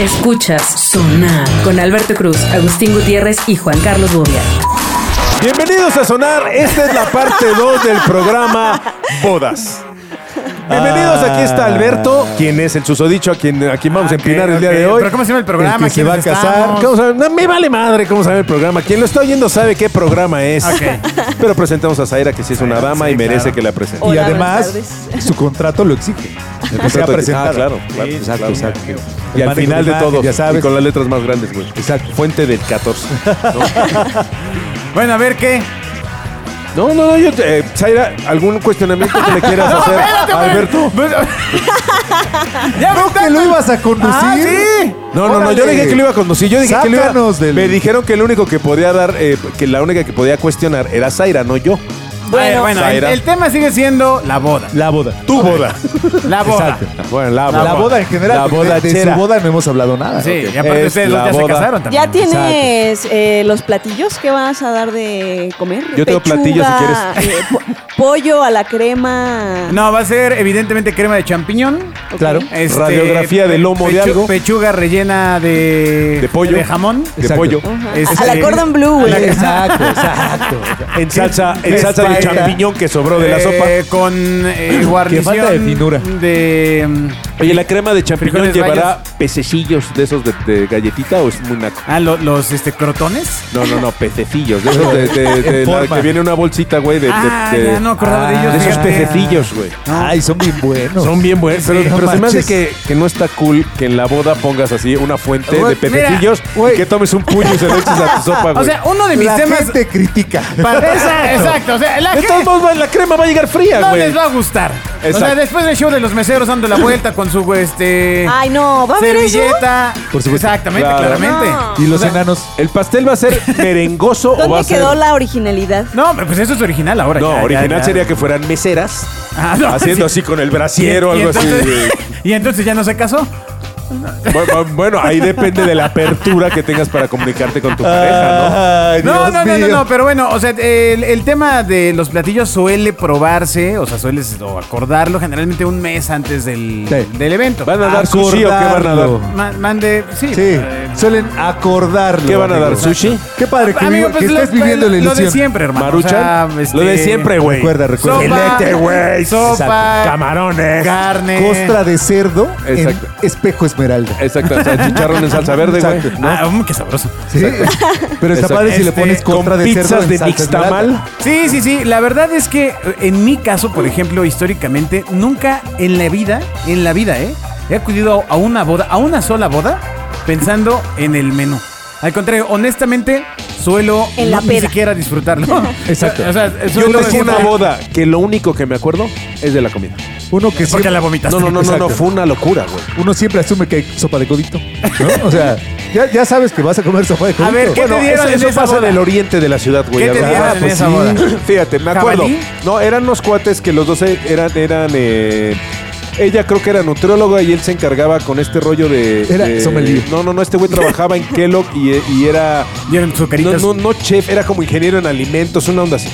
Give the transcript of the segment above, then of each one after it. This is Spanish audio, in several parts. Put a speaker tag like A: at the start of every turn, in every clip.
A: Escuchas Sonar con Alberto Cruz, Agustín Gutiérrez y Juan Carlos Bobia.
B: Bienvenidos a Sonar, esta es la parte 2 del programa Bodas. Bienvenidos, aquí está Alberto, quien es el susodicho a quien, a quien vamos a empinar el día de
C: ok.
B: hoy.
C: ¿Pero cómo se llama el programa?
B: El que se va a
C: ¿Quiénes
B: casar.
C: estamos?
B: ¿Cómo sabe? No, me vale madre cómo sabe el programa. Quien lo está oyendo sabe qué programa es.
C: Ok.
B: Pero presentamos a Zaira, que sí es una dama
C: sí,
B: y merece
C: claro.
B: que la presente.
D: y
E: Hola,
D: además,
E: buenas
D: su contrato lo exige. El
B: Contrato
D: contrato
B: de-
D: presentada.
B: Ah, claro, claro,
D: exacto,
B: claro.
D: exacto.
B: Y al final de todo,
D: ya sabes.
B: y con las letras más grandes, güey.
D: Exacto.
B: Fuente del 14.
C: Bueno, a ver qué.
B: No, no, no, yo te- eh, Zaira, ¿algún cuestionamiento que le quieras hacer a
D: pues.
B: Alberto?
D: ah,
C: Ya me
D: ¿Que
C: está-
D: lo ibas a conducir?
C: Ah, sí.
B: No, no, no, yo
D: Órale.
B: le dije que lo iba a conducir. Yo dije que lo iba-
D: Sácanos del-
B: Me dijeron que el único que podía dar, eh, que la única que podía cuestionar era Zaira, no yo.
C: Bueno, bueno, el,
B: Zaira.
C: el tema sigue siendo la boda.
D: La boda.
B: Tu boda.
C: La boda.
D: Exacto.
B: Bueno, la
D: La,
B: boda.
D: boda en general.
B: La
D: porque
B: boda
D: de, de su
B: chera.
D: boda no hemos hablado nada.
C: Sí,
D: Ok.
C: y aparte
B: Es
C: ustedes
B: la
C: dos ya se
B: boda.
C: casaron también.
E: Ya tienes eh, los platillos que vas a dar de comer.
B: Yo tengo platillos, si
E: quieres. pollo a la crema.
C: No, va a ser evidentemente crema de champiñón.
E: Ok.
D: Claro.
C: Este,
B: Radiografía de lomo de algo.
C: Pechuga rellena de,
B: De pollo.
C: de jamón.
B: De
D: Exacto.
B: pollo.
E: Ajá.
C: Este-
E: A la Cordon Blue, güey.
D: Exacto, exacto.
B: En salsa, en salsa de
C: Zaira.
B: champiñón que sobró de la
C: Eh,
B: sopa.
C: Con eh, guarnición.
D: falta de finura.
C: de, mm,
B: Oye, ¿la crema de champiñón
C: Frijoles
B: llevará
C: rayos.
B: pececillos de esos de, de galletita o es muy naco?
C: ah, lo- los este, crotones.
B: No, no, no, pececillos. De esos de, de- de
D: En
B: la
D: forma.
B: que viene una bolsita, güey, de, de-
C: ah,
B: de-
C: ya no acordaba de ellos.
B: de esos
C: fíjate.
B: pececillos, güey.
D: Ay, son bien buenos.
B: Son bien buenos. Pero,
D: no
B: pero se me hace
D: manches.
B: que, que no está cool que en la boda pongas así una fuente
C: Güey,
B: de pececillos
C: mira,
B: y que tomes un puño y se lo eches a tu sopa, güey.
C: O sea, uno de mis
D: La
C: temas.
D: gente critica.
C: para- Esa- exacto. O sea, la
B: de todos
C: gente
B: modos, va- la crema va a llegar fría,
C: no
B: güey.
C: les va a gustar. O sea,
B: Exacto.
C: después del show de los meseros dando la vuelta con su este.
E: Ay, no, va a haber eso?
C: servilleta.
D: Por supuesto.
C: Exactamente,
B: Claro.
C: claramente.
E: No.
D: Y los enanos.
B: ¿El pastel va a ser merengoso o va a
E: ¿Dónde
B: ser...?
E: quedó la originalidad?
C: No, pero pues eso es original ahora.
B: No,
C: ya, ya,
B: original
C: ya.
B: sería que fueran meseras,
C: Ah, no,
B: haciendo
C: sí.
B: así con el
C: Y-
B: brasier o
C: y
B: algo así.
C: entonces- Y entonces ya no se casó.
B: güey. bueno, bueno, ahí depende de la apertura que tengas para comunicarte
D: Ah,
B: con tu pareja,
D: Ay,
C: No, no,
D: Dios
C: no, no,
D: mío.
C: no, pero bueno, o sea, el, el tema de los platillos suele probarse, o sea, sueles o acordarlo generalmente un mes antes del,
D: Sí.
C: del evento. Ah,
B: ¿no? ¿Van a dar sushi o qué van a dar?
D: Acordarlo.
C: Ma- mande, sí.
D: Sí,
C: eh,
D: suelen acordarlo.
B: ¿Qué van a dar,
D: amigos.
B: sushi?
D: Qué padre que,
C: amigo,
D: viva-
C: pues
D: que
C: lo,
D: estés viviendo
C: lo-
D: la
C: lo
D: ilusión.
C: de siempre, hermano.
B: ¿Maruchan?
C: O sea, este,
B: Lo de siempre, güey.
D: Recuerda, recuerda.
C: Sopa.
B: Filete, güey.
C: Sopa.
D: Exacto.
B: Camarones.
C: Carne.
D: Costra de cerdo
B: Exacto.
D: en espejo esmeralda.
B: Exacto, o sea, chicharrón en salsa verde, güey.
D: Exacto.
B: ¿no?
C: Ah, mm, qué sabroso.
D: Sí. Pero está
B: Exacto.
D: padre si le
C: Este,
D: pones
B: Con
D: costra de cerdo.
B: pizzas
D: en
B: de
D: salsa
B: nixtamal.
D: esmeralda.
C: Sí, sí, sí. La verdad es que eh, en mi caso, por ejemplo, históricamente, nunca en la vida, en la vida, ¿eh? He acudido a una boda, a una sola boda, pensando en el menú. Al contrario, honestamente, suelo
E: En la
C: no- ni
E: peda.
C: siquiera disfrutarlo.
D: Exacto.
C: O sea,
B: Yo
C: suelo
B: tengo una
C: siempre-
B: boda que lo único que me acuerdo es de la comida.
D: Uno que
C: Porque
D: siempre,
C: la vomitas.
B: No, no, no, no, no,
D: Exacto.
B: fue una locura, güey.
D: uno siempre asume que hay sopa de codito. ¿no? O sea, ya, ya sabes que vas a comer sopa de codito.
C: A ver, ¿qué te dieron
B: Eso,
C: en
B: eso
C: esa
B: pasa
C: boda?
B: del oriente de la ciudad, güey.
C: ¿Qué te
B: ¿verdad?
C: dieron en esa boda?
B: Fíjate, me acuerdo.
C: ¿Jabalí?
B: No, eran los cuates que los dos e- eran, eran, eh, ella creo que era nutrióloga y él se encargaba con este rollo de.
D: Era
B: de-
D: sommelier.
B: No, no, no, este güey trabajaba en Kellogg y, eh, y era.
C: Dieron sus
B: No,
C: caritas.
B: no, no, chef, era como ingeniero en alimentos, una onda así.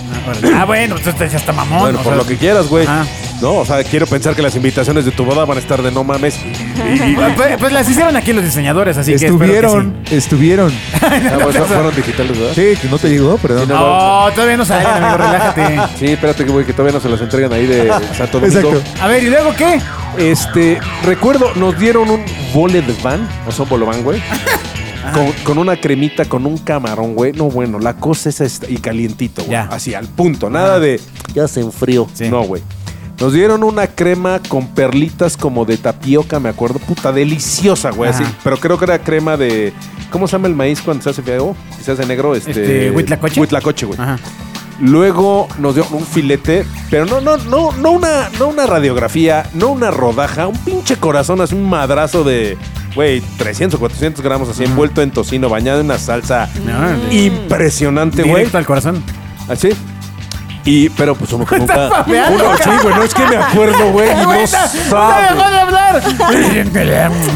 C: Ah, bueno, entonces ya está mamón.
B: Bueno,
C: Ah, o
B: por
C: sea,
B: lo que quieras, güey.
C: Ah.
B: No, o sea, quiero pensar que las invitaciones de tu boda van a estar de no mames.
C: Pues, pues las hicieron aquí los diseñadores, así que. espero que sí.
D: estuvieron, estuvieron.
B: Ah, bueno, fueron digitales, ¿verdad?
D: Sí, que no te llegó, perdón.
B: no,
C: No, todavía no salen, amigo, relájate.
B: Sí, espérate que, güey, que todavía no se las entregan ahí de Santo Domingo.
D: Exacto.
C: A ver, ¿y luego qué?
B: Este, recuerdo, nos dieron un bolet van, o son bolobán, güey. Con, con una cremita, con un camarón, güey. No, bueno, la cosa es esta- y calientito, güey.
C: Ya.
B: Así, al punto. Nada de ya se enfrió.
C: Sí.
B: No, güey. Nos dieron una crema con perlitas como de tapioca, me acuerdo. Puta, deliciosa, güey. Así.
C: Ajá.
B: Pero creo que era crema de. ¿Cómo se llama el maíz cuando se hace feo? Se hace negro, este.
C: Este, ¿huitlacoche?
B: Huitlacoche, güey.
C: Ajá.
B: Luego nos dio un filete, pero no, no, no, no una, no una radiografía, no una rodaja, un pinche corazón, así un madrazo de, güey, 300, 400 gramos así envuelto en tocino, bañado en una salsa
C: No,
B: impresionante, güey.
C: Directo al corazón.
B: Así. Y, pero pues uno que nunca...
C: papeando,
B: uno- sí, güey, no es que me acuerdo, güey, y no sabe.
C: hablar!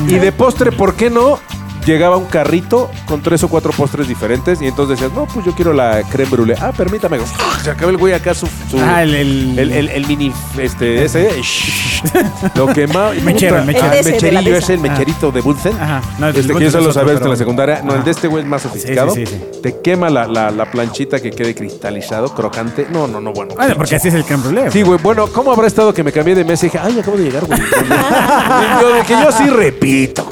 B: Y de postre, ¿por qué no? llegaba un carrito con tres o cuatro postres diferentes y entonces decías, no, pues yo quiero la creme brulee. Ah, permítame. Se acaba el güey acá su... su-
C: Ah, el- el-
B: el, el- el mini, este, ese. lo que más...
C: Mechero, el mechero. Ah.
B: Ah,
E: El de ese, de la
B: mecherillo
E: mesa.
B: es el mecherito de Bunsen.
C: Ajá. No, el
B: este que
C: Bunsen
B: yo solo
C: es otro,
B: sabía
C: pero-
B: en la secundaria. No,
C: Ajá.
B: el de este güey es más sofisticado.
C: sí, sí.
B: Te quema la, la- la planchita que quede cristalizado, crocante. No, no, no, bueno.
C: Bueno, porque así es el creme brulee.
B: Sí, güey, bueno, ¿cómo habrá estado que me cambié de mesa y dije, ay, acabo de llegar, güey? Yo- que yo sí repito.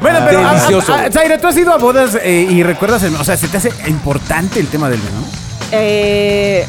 C: Bueno, pero. ah,
B: Delicioso.
C: ah, ah, Zaira, tú has ido a bodas eh, y recuerdas. el- o sea, se te hace importante el tema del menú.
E: Eh,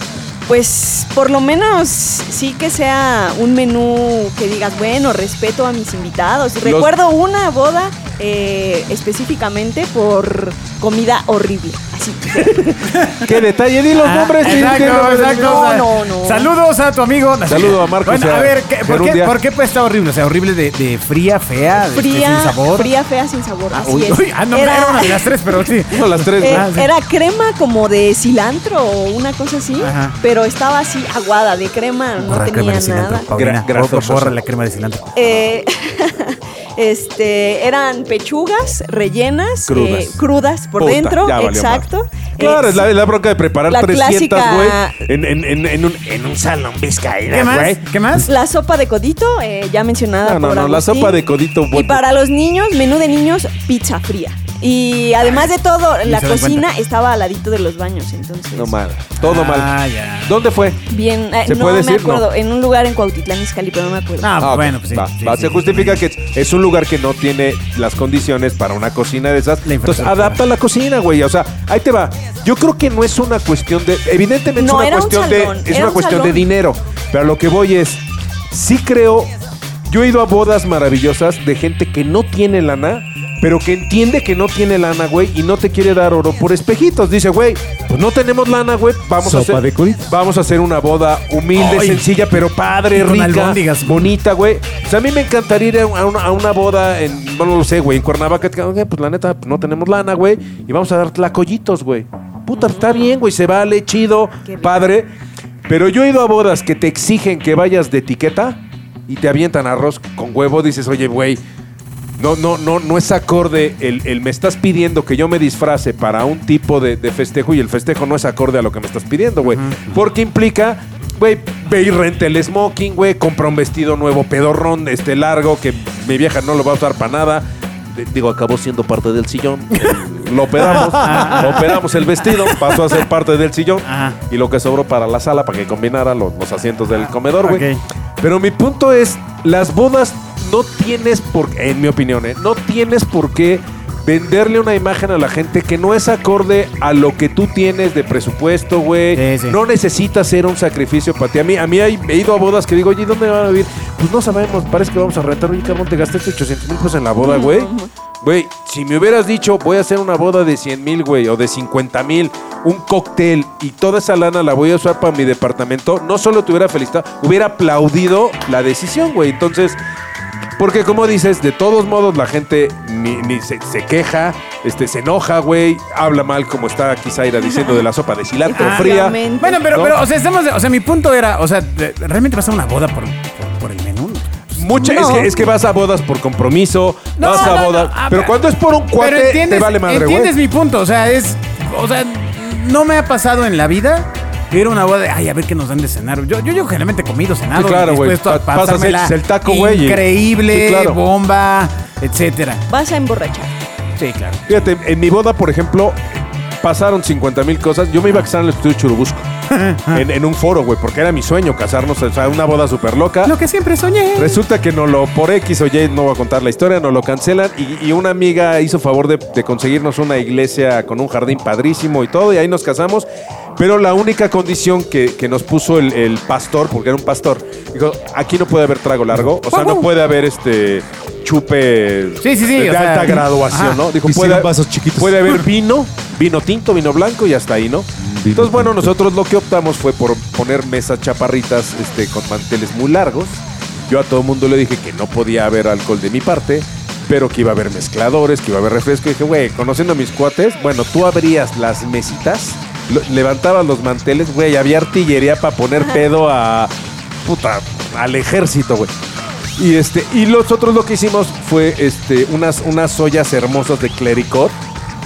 E: pues por lo menos sí que sea un menú que digas, bueno, respeto a mis invitados. Recuerdo una boda eh, específicamente por comida horrible. Así que
B: Qué detalle, di los nombres. sí,
C: Ah, exacto,
B: qué nombres.
C: exacto.
E: No,
C: o sea,
E: no, no.
C: Saludos a tu amigo.
B: Saludo a Marcos,
C: Bueno,
B: o sea,
C: a ver, ¿qué-
B: en
C: por,
B: un
C: qué,
B: día.
C: ¿por qué pues está horrible? O sea, horrible de, de fría, fea, de, de sin
E: fría,
C: sabor.
E: fría, fea, sin sabor. así
C: Uy,
E: es.
C: uy, ah, no, era... una de las tres, pero sí.
B: No, las tres,
E: Eh,
B: güey.
C: Ah, sí.
E: Era crema como de cilantro o una cosa así,
C: Ajá.
E: pero estaba así aguada de crema, no
C: Borra la crema
E: tenía
C: de
E: nada.
C: cilantro, Paulina.
B: Gra- grasoso.
C: Borra la crema de cilantro.
E: Eh, este, eran pechugas rellenas,
B: Crudas.
E: eh, crudas por
B: Puta,
E: dentro,
B: ya valió
E: exacto.
B: Claro,
E: Eh,
B: es la, es la bronca de preparar
E: La
B: 300,
E: clásica-
B: güey, en, en- en- en un, en un salón vizcaína,
C: ¿Qué más?
B: güey.
C: ¿Qué más?
E: La sopa de codito, eh, ya mencionada.
B: No, no,
E: por
B: no, la
E: Agustín.
B: sopa de codito,
E: Y
B: bueno.
E: para los niños, menú de niños, pizza fría. Y además de todo, la
C: se dan
E: cocina
C: cuenta.
E: estaba al ladito de los baños, entonces.
B: No mal, todo
C: Ah,
B: mal.
C: ya.
B: ¿Dónde fue?
E: Bien, eh,
B: ¿Se
E: no
B: puede
E: me
B: decir? No.
E: acuerdo, en un lugar en Cuautitlán, Izcalli, pero no me acuerdo.
C: Ah,
B: ok,
C: bueno, pues sí.
B: va,
C: sí,
B: va.
C: sí,
B: Se
C: sí,
B: justifica
C: sí.
B: que es un lugar que no tiene las condiciones para una cocina de esas.
C: La
B: Entonces,
C: infraestructura.
B: adapta la cocina, güey. O sea, ahí te va. Yo creo que no es una cuestión de. Evidentemente
E: No,
B: es
E: era
B: una
E: un
B: cuestión
E: salón,
B: de. Es
E: era
B: una
E: un
B: cuestión de
E: salón.
B: dinero. Pero lo que voy es. Sí creo. Yo he ido a bodas maravillosas de gente que no tiene lana. Pero que entiende que no tiene lana, güey, y no te quiere dar oro por espejitos. Dice, güey, pues no tenemos lana, güey. Vamos a
D: Sopa
B: hacer.
D: de codito.
B: Vamos a hacer una boda humilde,
C: Ay.
B: sencilla, pero padre,
C: Y con
B: rica,
C: albóndigas.
B: bonita, güey. O sea, a mí me encantaría ir a una, a una boda en, bueno, no lo sé, güey, en Cuernavaca. que, oye, Pues la neta, pues, no tenemos lana, güey. Y vamos a dar tlacoyitos, güey. Puta, está bien, güey, se vale, chido,
E: Qué rico.
B: padre. Pero yo he ido a bodas que te exigen que vayas de etiqueta y te avientan arroz con huevo. Dices, oye, güey, no, no, no, no es acorde. El, el me estás pidiendo que yo me disfrace para un tipo de, de festejo y el festejo no es acorde a lo que me estás pidiendo, güey. Porque implica, güey, ve y renta el smoking, güey, compra un vestido nuevo, pedorrón, este largo, que mi vieja no lo va a usar para nada. De- Digo, acabó siendo parte del sillón. Lo operamos, operamos el vestido, pasó a ser parte del sillón
C: Ajá.
B: y lo que sobró para la sala, para que combinara los, los asientos del comedor, güey.
C: Ok.
B: Pero mi punto es, las bodas no tienes por en mi opinión, ¿eh? no tienes por qué venderle una imagen a la gente que no es acorde a lo que tú tienes de presupuesto, güey.
C: Sí, sí.
B: No necesita ser un sacrificio para ti. A mí, a mí hay- he ido a bodas que digo, oye, ¿dónde van a vivir? Pues no sabemos, parece que vamos a rentar. Oye, cabrón, te gastaste 800 mil pesos en la boda, güey. Güey, si me hubieras dicho, voy a hacer una boda de 100 mil, güey, o de 50 mil, un cóctel y toda esa lana la voy a usar para mi departamento, no solo te hubiera felicitado, hubiera aplaudido la decisión, güey. Entonces, porque como dices, de todos modos la gente ni, ni se, se queja, este, se enoja, güey, habla mal como está aquí Zaira diciendo de la sopa de cilantro fría.
E: Efectivamente.
C: Bueno, pero,
B: ¿No?
C: pero, o sea, estamos. de- O sea, mi punto era, o sea, de- ¿realmente vas a una boda por, por, por el menú?
B: Mucha, es,
E: No.
B: que, es que vas a bodas por compromiso,
C: No,
B: vas
C: no,
B: a
C: no,
B: bodas...
C: ah,
B: pero cuando es por un
C: Pero
B: cuate, te vale madre,
C: Entiendes
B: güey.
C: mi punto, o sea, es. O sea, no me ha pasado en la vida ir a una boda de, ay, a ver qué nos dan de cenar. Yo, yo, yo generalmente he comido, cenado,
B: Sí, claro, güey.
C: dispuesto
B: Pa-
C: a
B: pasas
C: pasármela
B: el- el taco, güey, y-
C: Increíble,
B: Sí, claro.
C: bomba, etcétera.
E: Vas a emborrachar.
C: Sí, claro.
B: Fíjate, en mi boda, por ejemplo, pasaron 50 mil cosas. Yo me iba a casar en el estudio Churubusco. en, en un foro, güey, porque era mi sueño casarnos. O sea, una boda súper loca.
C: Lo que siempre soñé.
B: Resulta que no lo, por X o Y, no voy a contar la historia, no lo cancelan. Y, y una amiga hizo favor de, de conseguirnos una iglesia con un jardín padrísimo y todo, y ahí nos casamos. Pero la única condición que, que nos puso el, el pastor, porque era un pastor, dijo: aquí no puede haber trago largo, o sea, no puede haber este chupe
C: Sí, sí, sí,
B: de
C: o sea,
B: alta graduación,
C: ajá.
B: ¿no? Dijo:
D: Hicieron
B: puede,
D: vasos chiquitos.
B: puede haber vino, vino tinto, vino blanco y hasta ahí, ¿no? Entonces, bueno, nosotros lo que optamos fue por poner mesas chaparritas este, con manteles muy largos. Yo a todo mundo le dije que no podía haber alcohol de mi parte, pero que iba a haber mezcladores, que iba a haber refresco. Y dije, güey, conociendo a mis cuates, bueno, tú abrías las mesitas, lo- levantabas los manteles, güey, había artillería para poner pedo a. puta, al ejército, güey. Y este, y los otros lo que hicimos fue este, unas, unas ollas hermosas de clericot.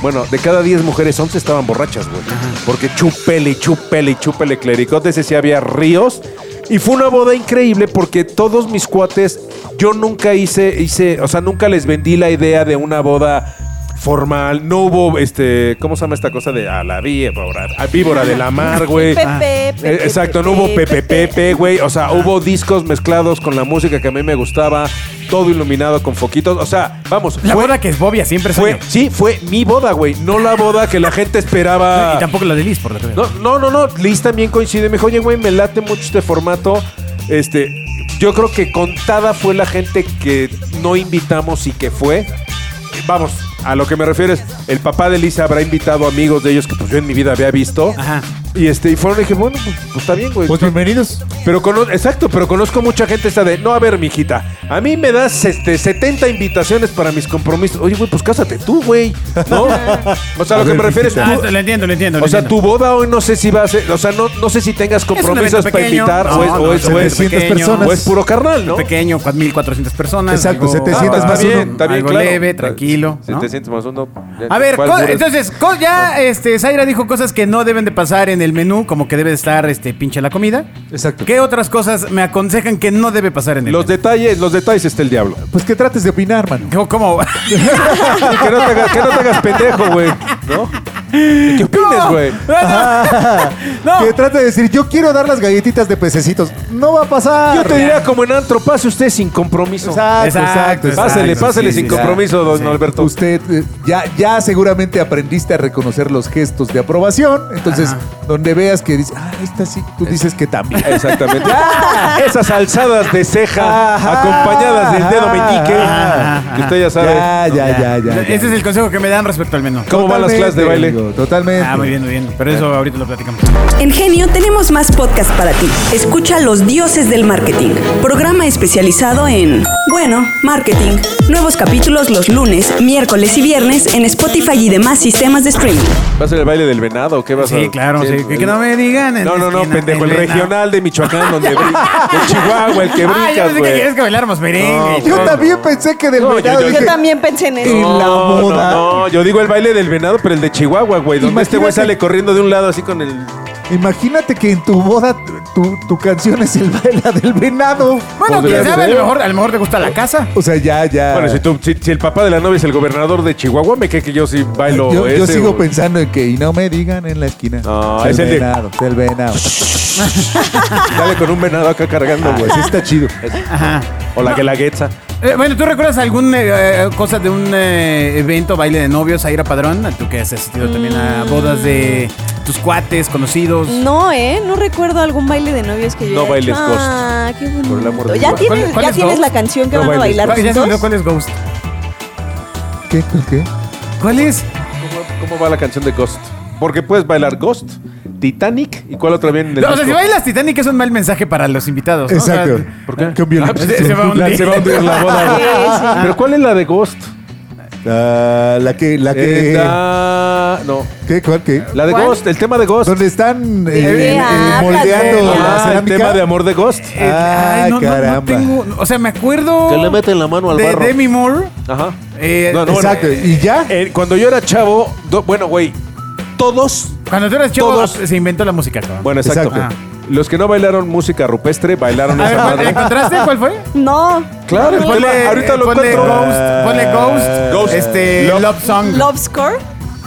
B: Bueno, de cada 10 mujeres, 11 estaban borrachas, güey. Porque chupele, chupele, chupele clericot. De ese sí había ríos. Y fue una boda increíble porque todos mis cuates, yo nunca hice, hice, o sea, nunca les vendí la idea de una boda formal. No hubo, este, ¿cómo se llama esta cosa de a la víbora, a víbora de la mar, güey?
E: Pepe, pepe,
B: Eh, Exacto, no hubo
E: pepe,
B: PPPP, güey. O sea, hubo discos mezclados con la música que a mí me gustaba, todo iluminado con foquitos. O sea, vamos,
C: La
B: fue,
C: boda que es bobia siempre
B: fue-
C: soy yo.
B: sí, fue mi boda, güey. No la boda que la gente esperaba.
C: Y tampoco la de Liz, por lo que veo.
B: No, no, no, no. Liz también coincide. Me dijo, oye, güey, me late mucho este formato. Este, yo creo que contada fue la gente que no invitamos y que fue. Vamos, a lo que me refieres, el papá de Liz habrá invitado amigos de ellos que pues yo en mi vida había visto.
C: Ajá.
B: Y este, y fueron y dije, bueno, pues, pues, está bien, güey.
D: Pues bienvenidos.
B: Pero cono- exacto, pero conozco mucha gente esta de, no, a ver, mijita, a mí me das este, 70 invitaciones para mis compromisos. Oye, güey, pues cásate tú, güey. ¿No? O sea,
D: A
B: lo que
D: ver,
B: me refiero es
D: mijita.
B: tú-
C: Ah, lo entiendo, lo entiendo. lo
B: o sea,
C: entiendo.
B: tu boda hoy no sé si va a ser, o sea, no, no sé si tengas
C: un
B: compromisos
C: evento
B: para
C: pequeño.
B: invitar o es,
C: No,
B: o
C: no,
B: es-
C: es un
B: o es-
C: evento
D: 700
C: pequeño.
D: personas.
B: o es puro carnal, ¿no?
C: Pequeño, 4.400 personas.
D: Exacto, 700
B: Ah,
D: más
B: está bien,
D: uno.
B: está bien,
C: algo
B: claro.
C: leve, tranquilo, ¿no?
B: 700 más uno. ya,
C: A ver,
B: ¿cuál
C: co-
B: burro es?
C: entonces, co- ya este, Zaira dijo cosas que no deben de pasar en el menú, como que debe de estar este, pinche la comida.
D: Exacto.
C: ¿Qué otras cosas me aconsejan que no debe pasar en el
B: los
C: menú?
B: detalles, los detalles está el diablo.
D: Pues que trates de opinar, mano.
C: ¿Cómo- ¿Cómo?
B: Y que no te hagas, que no te hagas pendejo, güey, ¿no? ¿Y ¿Qué opinas, güey?
C: No.
D: Que trate de decir, yo quiero dar las galletitas de pececitos. No va a pasar.
B: Yo te diría como en antro, pase usted sin compromiso.
D: Exacto, exacto.
C: Exacto,
D: exacto.
B: Ah, Pásele, pásele
C: sí,
B: sin
C: sí,
B: compromiso, don Alberto.
D: Usted eh, ya, ya seguramente aprendiste a reconocer los gestos de aprobación. Entonces, donde veas que dice, ah, esta sí, tú dices que también.
B: Exactamente. Ah, Esas alzadas de ceja
D: Ajá.
B: acompañadas del dedo meñique.
D: Ajá.
B: Que usted ya sabe.
D: Ah, Ya, ya, ya, ya. ya.
C: Ese es el consejo que me dan respecto al menú.
B: ¿Cómo van Eh. las
D: Totalmente,
B: clases de baile?
D: amigo, totalmente.
C: Ah, muy bien, muy bien. Pero eso ahorita lo platicamos.
A: En Genio tenemos más podcast para ti. Escucha Los Dioses del Marketing, programa especializado en, bueno, marketing. Nuevos capítulos los lunes, miércoles y viernes en Spotify y demás sistemas de streaming.
B: ¿Va a ser el baile del venado o qué vas a
C: Sí, claro, sí. Que, que no me digan. en
B: No, no, no,
C: esquina,
B: pendejo. El
C: Elena.
B: regional de Michoacán, donde brinca. De Chihuahua, el que
C: Ah, yo
B: brincas,
C: pensé que querías
B: güey.
C: que bailáramos merengue.
B: No,
D: Yo
B: Bueno.
D: también pensé que del
B: No, yo-
D: venado
B: yo-
D: dije,
E: Yo también pensé en
D: Y
E: eso.
D: la
B: No, no,
D: moda.
B: no, yo digo el baile del venado, pero el de Chihuahua, güey. Donde este güey
D: Imagínate-
B: sale corriendo de un lado así con el.
D: Imagínate que en tu boda tu, tu- tu canción es el baila del venado.
C: Bueno,
B: Podría
C: quién sabe, a lo,
B: ser.
C: mejor, a lo mejor te gusta la casa.
D: O sea, ya, ya.
B: Bueno, si, tú- si, si el papá de la novia es el gobernador de Chihuahua, me cree que yo sí bailo
D: yo, yo
B: ese,
D: sigo
B: güey.
D: pensando en que y no me digan en la esquina.
B: No,
D: del
B: es el de-
D: venado, del venado.
B: Sale con un venado acá cargando,
D: Ah,
B: güey.
D: sí está chido.
C: Ajá.
B: O la que la guetza.
C: Eh, bueno, ¿tú recuerdas alguna cosa de un eh, evento, baile de novios, Aira Padrón? Tú que has asistido también a bodas de tus cuates, conocidos.
E: Mm. No, ¿eh? No recuerdo algún baile de novios que yo
B: No
E: haya
B: bailes
E: hecho.
B: Ghost.
E: Ah, qué bonito.
B: Por el amor de
E: ¿Ya
B: Dios.
E: tienes,
C: ¿Cuál- cuál
E: ya
C: es
E: tienes
C: Ghost?
E: la canción que
B: No
E: van a
B: bailes
E: bailar
C: ¿Ya se me olvidó
E: juntos?
C: cuál es Ghost?
D: ¿Qué? ¿Cuál qué?
C: ¿Cuál es?
B: ¿Cómo, cómo va la canción de Ghost? Porque puedes bailar Ghost, Titanic y cuál otra bien en el
C: No, o sea,
B: disco?
C: si bailas Titanic es un mal mensaje para los invitados. ¿no? O sea,
D: Exacto.
B: ¿Por qué?
D: Con violín.
C: Ah, pues, se- se va a
B: La-
C: hundir.
B: se va a hundir la boda. güey. Pero ¿cuál es la de Ghost?
D: Ah, la que, la que.
B: Eh, la- No.
D: ¿Qué? ¿Cuál qué?
B: La de
E: ¿Cuál?
B: Ghost, el tema de Ghost.
D: Donde están eh,
E: qué
D: eh,
E: hablas,
D: moldeando
E: güey?
D: la
B: Ah, el
D: cerámica.
B: tema de amor de Ghost.
C: eh,
D: Ah,
C: ay, no, no, no
D: caramba.
C: tengo. O sea, me acuerdo.
B: Que le meten la mano al
C: de
B: barro.
C: Demi Moore.
B: Ajá.
C: Eh,
B: No, no, bueno,
D: Exacto. ¿Y ya?
B: eh, cuando yo era chavo, do- bueno, güey, todos.
C: Cuando tú eras chavo,
B: Todos.
C: se inventó la música. cabrón.
B: Bueno, exacto. Ah.
D: Exacto.
B: Los que no bailaron música rupestre bailaron
C: A ver,
B: esa
C: ¿cuál- ¿la
B: madre.
C: encontraste? ¿Cuál fue?
E: No.
B: Claro, el
C: Ponle-
B: tema- ahorita lo
C: ponle
B: encuentro. Eh,
C: Ghost, ponle Ghost,
B: Ghost.
C: este,
B: Love.
C: Love, Song.
E: Love Score.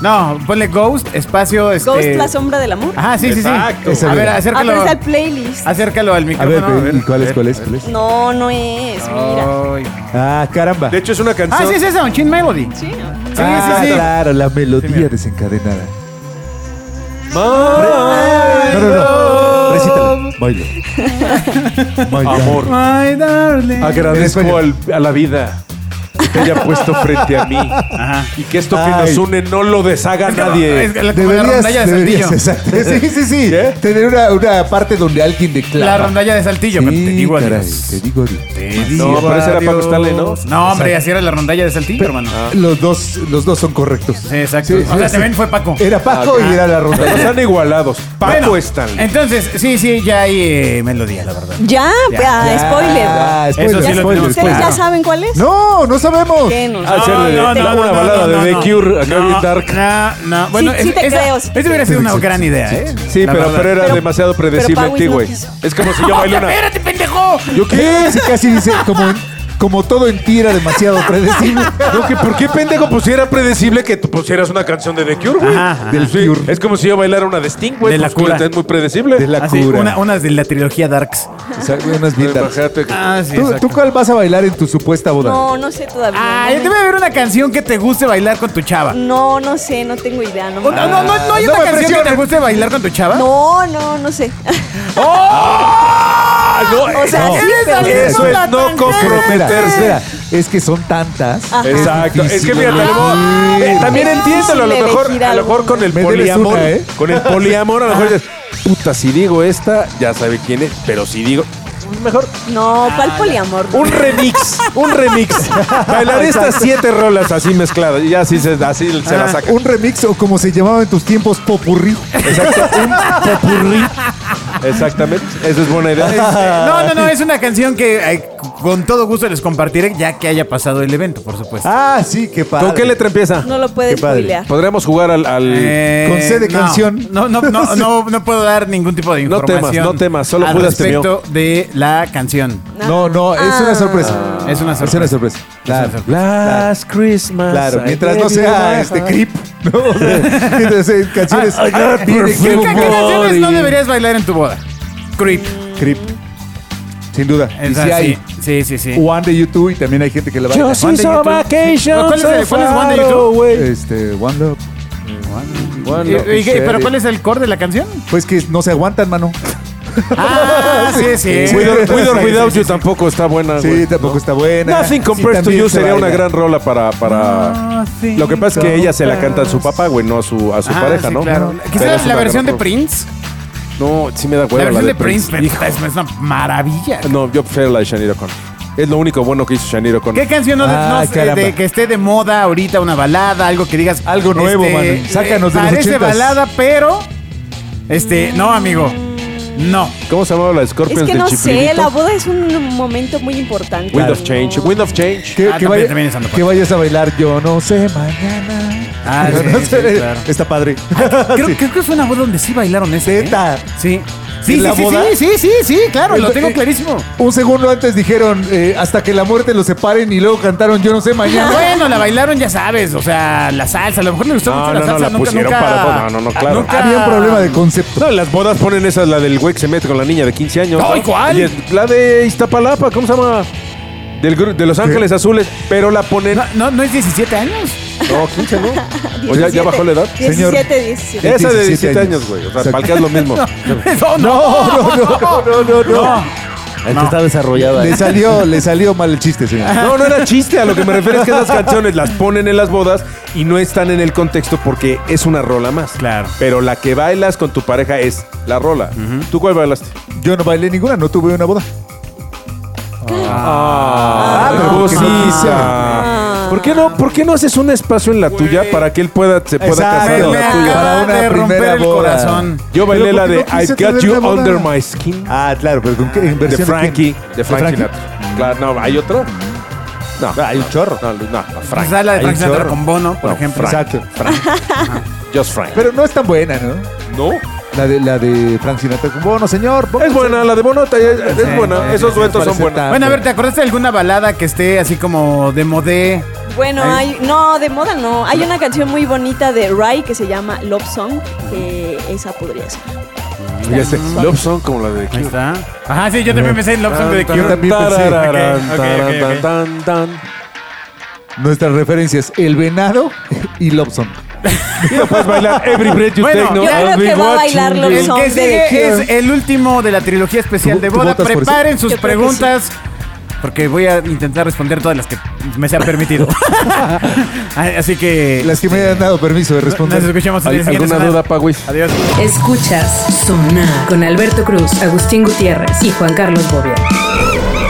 C: No, ponle Ghost, espacio, este...
E: Ghost, la sombra del amor.
C: Ajá, sí, sí, sí.
B: Exacto.
D: Esa
C: A ver,
D: mira.
E: Ah,
C: acércalo,
E: pero está el playlist.
C: acércalo al
D: A
C: micrófono.
D: ver, ¿y cuál es? ¿Cuál es? ¿Cuál es?
E: No, no es, mira.
C: Ay.
D: Ah, caramba.
B: De hecho, es una canción.
C: Ah, sí, es esa, un chin melody.
E: Sí, no.
C: Sí,
D: ah,
C: sí, sí.
D: claro, la melodía
C: mira.
D: desencadenada.
B: Ma-
D: No, no, no. Recítala. Bailo. Bailo.
B: Amor.
C: My darling.
D: En
B: Agradezco
D: español.
B: al- a la vida. te haya puesto frente a mí.
C: Ajá.
B: Y que esto que
D: Ay.
B: nos une no lo deshaga nadie.
C: Es que la, como la
D: Deberías,
C: rondalla de
D: deberías,
C: Saltillo.
D: exacto. Sí, sí, sí.
B: ¿Qué?
D: Tener una, una parte donde alguien declara.
C: La rondalla de Saltillo. pero te digo
D: caray,
C: adiós.
D: te digo adiós.
B: No,
C: digo
B: pero ese era
C: adiós.
B: Paco Stanley, ¿no?
C: No, hombre, así era la rondalla de Saltillo, hermano.
D: Los dos, los dos son correctos.
C: Sí, exacto.
D: Sí,
C: o
D: sí,
C: sea,
D: sí.
C: también fue Paco.
D: Era Paco y era la
B: Nos
D: rondalla.
B: están igualados. Paco
C: Bueno,
B: Stanley.
C: Entonces, sí, sí, ya hay eh, melodía, la verdad.
E: Ya,
C: Ya,
E: ah, spoiler.
D: Ah,
C: Eso sí lo tenemos
E: ¿Ustedes
C: claro.
E: ya saben cuál es?
D: No, no sabemos.
E: ¿Qué nos-
B: Ah, sí,
E: No,
B: de- de- una balada de The Cure, acá bien dark.
C: No, no. Bueno,
E: sí te creo, sí te
C: Esa esa hubiera sido una gran idea, ¿eh?
B: Sí,
C: La
B: pero,
C: verdad.
B: pero era demasiado predecible
E: Pawis
B: en ti,
E: no
B: güey.
E: quiso.
B: Es como si yo bailo una.
C: ¡Espérate, pendejo!
B: ¿Yo qué?
D: Sí, casi dice, como, como todo en ti era demasiado predecible.
B: No, que ¿Por qué pendejo? Pues si era predecible que tú pusieras una canción de The Cure, güey.
C: Ajá, ajá.
B: Del
D: Sí.
B: Cure. Es como si yo bailara una de Sting, güey.
C: De la
B: pues, que
C: cura.
B: Es muy predecible. Ah,
D: De la
C: Así,
D: cura.
C: una, una de la trilogía Darks.
D: O sea, unas bien dark.
B: Imagínate que-
C: Ah, sí,
D: ¿Tú,
C: exacto.
D: tú cuál vas a bailar en tu supuesta boda?
E: No, no sé todavía.
C: Ah,
E: no,
C: yo te voy a ver una canción que te guste bailar con tu chava. No,
E: no, no sé, no tengo idea. No,
B: Oh,
C: no,
E: me-
C: no, no, hay
D: no
C: una canción
D: me
C: que
D: presiones.
C: te guste bailar con tu chava.
E: no, no, no sé.
B: Ah, ¡Oh! no,
E: o sea,
B: no.
E: sí,
D: No,
E: pero-
D: espera,
B: Eso es no
D: Pero espera,
B: comprometerse.
D: espera. Es que son tantas.
E: Ajá.
B: Exacto. Es que mira, tenemos- eh, también
E: Sí,
B: entiéndelo, a lo
E: sí, me
B: mejor,
E: elegir
B: a lo mejor
E: alguna.
B: con el
D: Me debes
B: poliamor.
D: una, ¿eh?
B: Con el poliamor, a lo mejor dices, puta, si digo esta, ya sabe quién es, pero si digo. Mejor
E: No, ¿cuál poliamor?
B: un remix, un remix. Bailar estas siete rolas así mezcladas. Y ya así se, así se la
E: Ah.
B: saca.
D: Ah, Un remix o como se llamaba en tus tiempos, popurrí.
B: Exacto, un popurrí. Exactamente. Esa es buena idea.
E: Este,
C: No, no, no, es una canción que eh, con todo gusto les compartiré ya que haya pasado el evento, por supuesto.
D: Ah, sí, qué padre.
B: ¿Con qué letra empieza?
E: No lo puedes
D: Qué padre.
E: spoilear.
B: Podríamos jugar al. al-
C: Eh,
D: Con C de
C: no,
D: canción.
C: No, no, no, no, no puedo dar ningún tipo de
B: No temas,
C: información.
B: no temas, solo
C: al
B: Judas
C: respecto de la canción.
D: No, no, es
B: Ah.
D: una sorpresa.
C: Es una
D: Es una
C: sorpresa.
D: sorpresa. Claro.
C: sorpresa.
B: Last Christmas.
D: Claro,
B: I
D: mientras no
B: gave you my
D: sea este
B: heart.
D: creep, ¿no? O sea, mientras eh, canciones.
C: Ah,
D: Ah, tiene que
C: ¿Qué, qué
D: hubo-
C: canciones no deberías bailar en tu boda? Creep.
D: Creep. Sin duda. Y
C: Esa,
D: si hay
C: sí, sí, sí, sí.
D: One de YouTube y también hay gente que la baila.
B: Yo
C: One
B: sí
C: Day
B: saw
C: YouTube.
B: vacation.
C: ¿Cuál es el- cuál es One Day YouTube?
D: Este, One Love.
C: Y- y- ¿Pero cuál es el core de la canción?
D: Pues que no se aguantan, mano.
C: Ah, sí, sí.
D: Cuidado.
B: Without,
D: Sí, sí,
B: Without You tampoco está buena.
D: Sí,
B: güey.
D: tampoco está buena.
B: Nothing
D: Sí,
B: Compares to
D: también
B: You
D: se
B: sería una
D: baila.
B: gran rola para. para...
C: Nothing
B: Lo que pasa es que ella se la canta a
D: Ah,
B: su
C: compares.
B: papá, güey, no a su, a su
C: Ah,
B: pareja,
C: sí,
B: ¿no?
C: claro.
B: Pero
C: Quizás
B: es una
C: la versión de
B: gran rola.
C: Prince.
B: No, sí me da
C: La
B: hueva.
C: versión
B: de
C: de Prince, pero
B: Hijo,
C: es es una maravilla.
B: No, yo prefiero la de Shanira O'Connor. Es lo único bueno que hizo Shanira O'Connor.
C: ¿Qué canción no,
D: Ah,
C: no- eh,
D: caramba.
C: de- que esté de moda ahorita? Una balada, algo que digas. este, eh,
D: Algo nuevo, Manu. Sácanos de los
C: Parece
D: 80s.
C: balada, pero. Este, no, amigo. No.
B: ¿Cómo se llamaba la de Scorpions
E: Es que
B: del
E: no
B: Chipilito?
E: sé, la boda es un momento muy importante.
B: Wind of Change. Wind of Change.
D: Que,
C: Ah,
D: que
C: también-
D: vaya-
C: también esa no puede.
D: que vayas a bailar Yo no sé mañana.
C: Ah,
D: Yo
C: sí, sí, claro.
D: Está padre.
C: Creo, creo que fue una boda donde sí bailaron ese. ¿eh?
D: Ah, Neta.
C: Sí. Sí, sí,
D: ¿En la
C: sí,
D: boda? Pues
C: sí, sí, sí, sí, claro, lo tengo clarísimo.
D: Un segundo antes dijeron eh, hasta que la muerte los separen y luego cantaron Yo no sé mañana.
C: Bueno, la bailaron, ya sabes, o sea, la salsa, a lo mejor le gustó
B: No,
C: mucho la
B: no, no,
C: salsa.
B: la
C: nunca,
B: pusieron
C: nunca-
B: para todo. No, no, no, claro.
C: nunca-
D: Había un problema de concepto.
B: No, en las bodas ponen esa, la del güey que se mete con la niña de 15 años.
C: ¡Ay,
B: ¿no?
C: cuál!
B: Y es La de Iztapalapa, ¿cómo se llama? Del, gru- de Los Ángeles Azules, pero la ponen.
C: No, no, no es 17 años.
B: No, 15, ¿no? O ya, ya bajó la edad.
E: 17,
D: Señor.
E: 17.
B: Esa de
D: 17
B: 17 años,
D: años,
B: güey. O sea,
D: exacto.
B: para el que es lo mismo.
C: No, no, no,
D: No, no, no, no.
F: Esto está desarrollado.
D: Le salió, le salió mal el chiste, señor.
B: No, no era chiste. A lo que me refiero es que esas canciones las ponen en las bodas y no están en el contexto porque es una rola más.
C: Claro.
B: Pero la que bailas con tu pareja es la rola. ¿Tú cuál bailaste?
D: Yo no bailé ninguna, no tuve una boda.
B: Ah,
D: pero ¿por qué no quise?
B: cosita. ¿Por qué no, ¿Por qué no haces un espacio en la tuya para que él pueda, se pueda
D: Exacto.
B: casar en
D: Me
B: la tuya?
D: Para
C: Para
D: una
C: de romper
D: primera
C: el
D: boda.
C: corazón.
B: Yo bailé
D: Pero
B: la
D: ¿por
B: de
D: qué no
B: I've
D: quise
B: Got
D: tener
B: You
D: una boda?
B: Under My Skin
D: Ah, claro, pero ¿con qué en
B: de
D: versión
B: Frankie.
D: quién? Mm.
B: De Frankie Sinatra. Claro, no, ¿hay otra? No.
D: Ah, hay un chorro.
B: No, no, no,
C: Pues
B: Frank.
C: da la de
D: Hay
C: Frank
D: un
C: Sinatra
D: chorro.
C: con Bono, por
B: No,
C: ejemplo.
B: Frank.
D: Exacto.
B: Just Frank.
D: Pero no es tan buena, ¿no?
B: ¿No?
D: La de, la de Frank Sinatra con Bono, señor.
B: Es buena, la de Bonota es, es
C: Sí,
B: buena.
D: sí,
B: Esos
D: sí,
B: duetos
D: parece
B: son buenos.
D: tan-
C: Bueno, a ver, ¿te acordaste de alguna balada que esté así como de modé?
E: Bueno, hay, no, de moda no. Hay una canción muy bonita de Rai que se llama Love Song, que esa podría ser.
B: Ya sé, Love Song como la de
C: Ahí
B: Cure.
C: está. Ajá, sí, yo también pensé en Love Song de The
B: Tan,
D: Yo
C: Cure.
D: también pensé.
B: tararán,
C: Ok, ok, ok,
B: tararán,
C: ok.
B: tan, tan.
D: Nuestras referencias, El Venado y Lobson.
B: Y no puedes bailar Every Breath You
C: Bueno,
B: Take, ¿no?
E: yo creo
B: I'll be
E: que va a
B: watching
E: bailar
B: you.
E: Love
C: El
E: Song
C: que
E: de The
C: sigue
E: Cure.
C: es el último de la trilogía especial
D: ¿Tú-
C: de
D: tú
C: boda.
D: votas por eso?
C: Preparen sus
E: Yo creo que sí.
C: preguntas. porque voy a intentar responder todas las que me sea permitido. Así que.
D: Las que me hayan dado permiso de responder.
C: Nos escuchamos en el
B: ¿Al-
C: siguiente
B: ¿Alguna
C: sonar.
B: duda, Pawis?
C: Adiós.
G: Escuchas Sonar con Alberto Cruz, Agustín Gutiérrez y Juan Carlos Bobia.